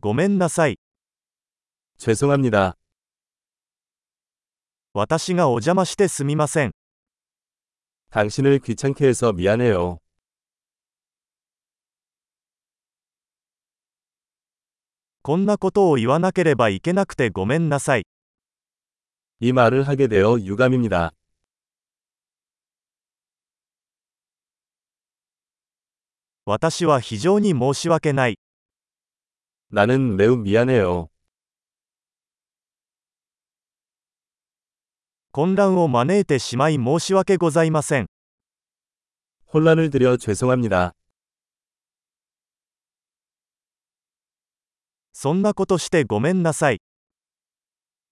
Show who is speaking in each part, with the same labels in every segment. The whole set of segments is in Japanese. Speaker 1: ごめんなさい。
Speaker 2: 죄송합니다.
Speaker 1: 私がお邪魔してすみません。
Speaker 2: 당신을 귀찮게 해서 미안해요.
Speaker 1: こんなことを言わなければいけなくてごめんなさい。
Speaker 2: 이 말을 하게 되어 유감입니다.
Speaker 1: 私は非常に申し訳ない。
Speaker 2: 나는 매우 미안해요.
Speaker 1: 混乱を招いてしまい申し訳ございません。
Speaker 2: 혼란을 드려 죄송합니다.
Speaker 1: そんなことしてごめんなさい。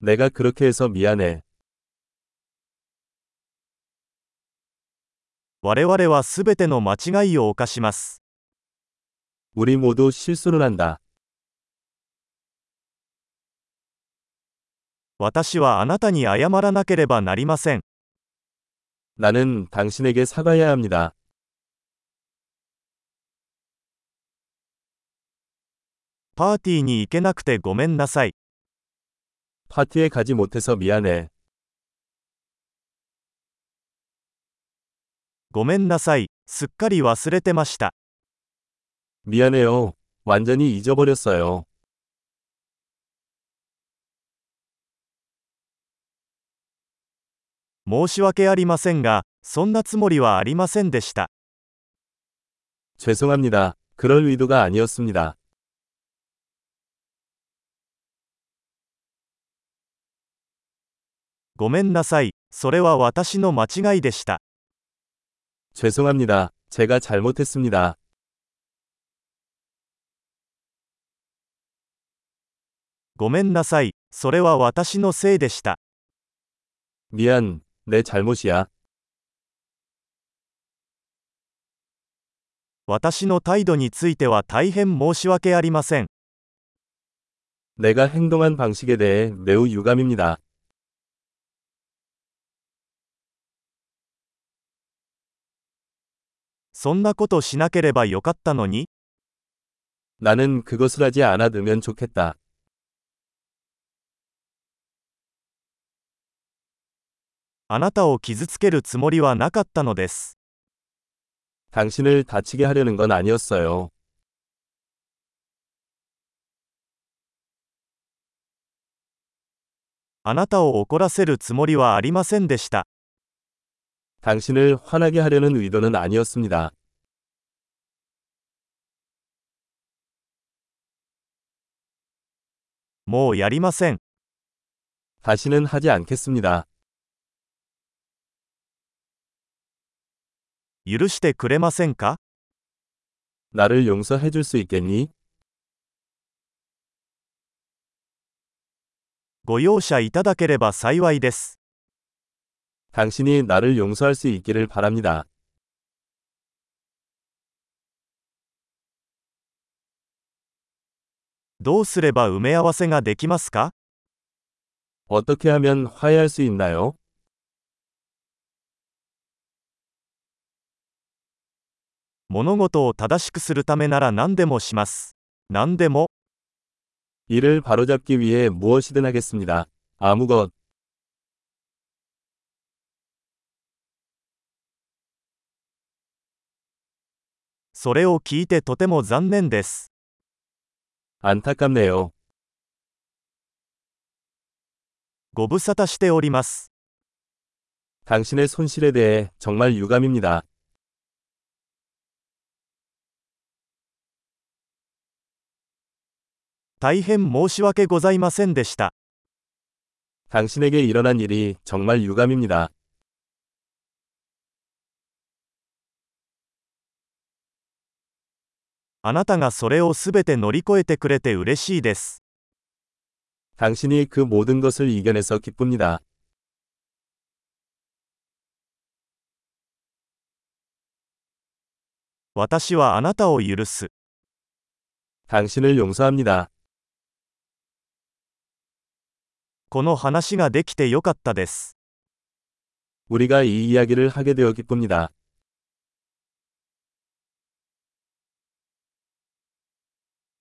Speaker 2: 내가 그렇게 해서 미안해.
Speaker 1: 我々はすべての間違いを犯します。
Speaker 2: 우리 모두 실수를 한다.
Speaker 1: 私はあなたに謝らなければなりません。
Speaker 2: 나는 당신에게 사과해야 합니다.
Speaker 1: パーティーに行けなくてごめんなさい。
Speaker 2: 파티에 가지 못해서 미안해.
Speaker 1: ごめんなさい。すっかり忘れてました。
Speaker 2: 미안해요. 완전히 잊어버렸어요.
Speaker 1: 申し訳ありませんが、そんなつもりはありませんでした。
Speaker 2: 죄송합니다. 그럴 의도가 아니었습니다.
Speaker 1: ごめんなさい。それは私の間違いでした。
Speaker 2: 죄송합니다. 제가 잘못했습니다.
Speaker 1: ごめんなさい。それは私のせいでした。
Speaker 2: 미안. 내 잘못이야.
Speaker 1: 私の態度については大変申し訳ありません。
Speaker 2: 내가 행동한 방식에 대해 매우 유감입니다.
Speaker 1: そんなことしなければよかったのに、
Speaker 2: 나는 그것을 하지 않아두면 좋겠다.
Speaker 1: あなたを傷つけるつもりはなかったのです。
Speaker 2: 당신을 다치게 하려는 건 아니었어요.
Speaker 1: あなたを怒らせるつもりはありませんでした。
Speaker 2: 당신을 화나게 하려는 의도는 아니었습니다.
Speaker 1: もうやりません。
Speaker 2: 다시는 하지 않겠습니다.
Speaker 1: 許してくれませんか
Speaker 2: 나를 용서해 줄 수 있겠니?
Speaker 1: ご容赦いただければ幸いです。
Speaker 2: 당신이 나를 용서할 수 있기를 바랍니다.
Speaker 1: どうすれば埋め合わせができますか
Speaker 2: 어떻게 하면 화해할 수 있나요?
Speaker 1: 物事を正しくするためなら何でもします。何でも、
Speaker 2: 이를 바로잡기 위해 무엇이든 하겠습니다. 아무것,
Speaker 1: それを聞いてとても残念です。
Speaker 2: 안타깝네요.
Speaker 1: ご無沙汰しております。
Speaker 2: 당신의 손실에 대해 정말 유감입니다.
Speaker 1: 大変申し訳ございませんでした。
Speaker 2: 당신에게 일어난 일이 정말 유감입니다.
Speaker 1: あなたがそれをすべて乗り越えてくれて嬉しいです。
Speaker 2: 당신이 그 모든 것을 이겨내서 기쁩니다.
Speaker 1: 私はあなたを許す。
Speaker 2: 당신을 용서합니다.
Speaker 1: この話ができてよかったです。
Speaker 2: 우리가 이 이야기를 하게 되어 기쁩니다.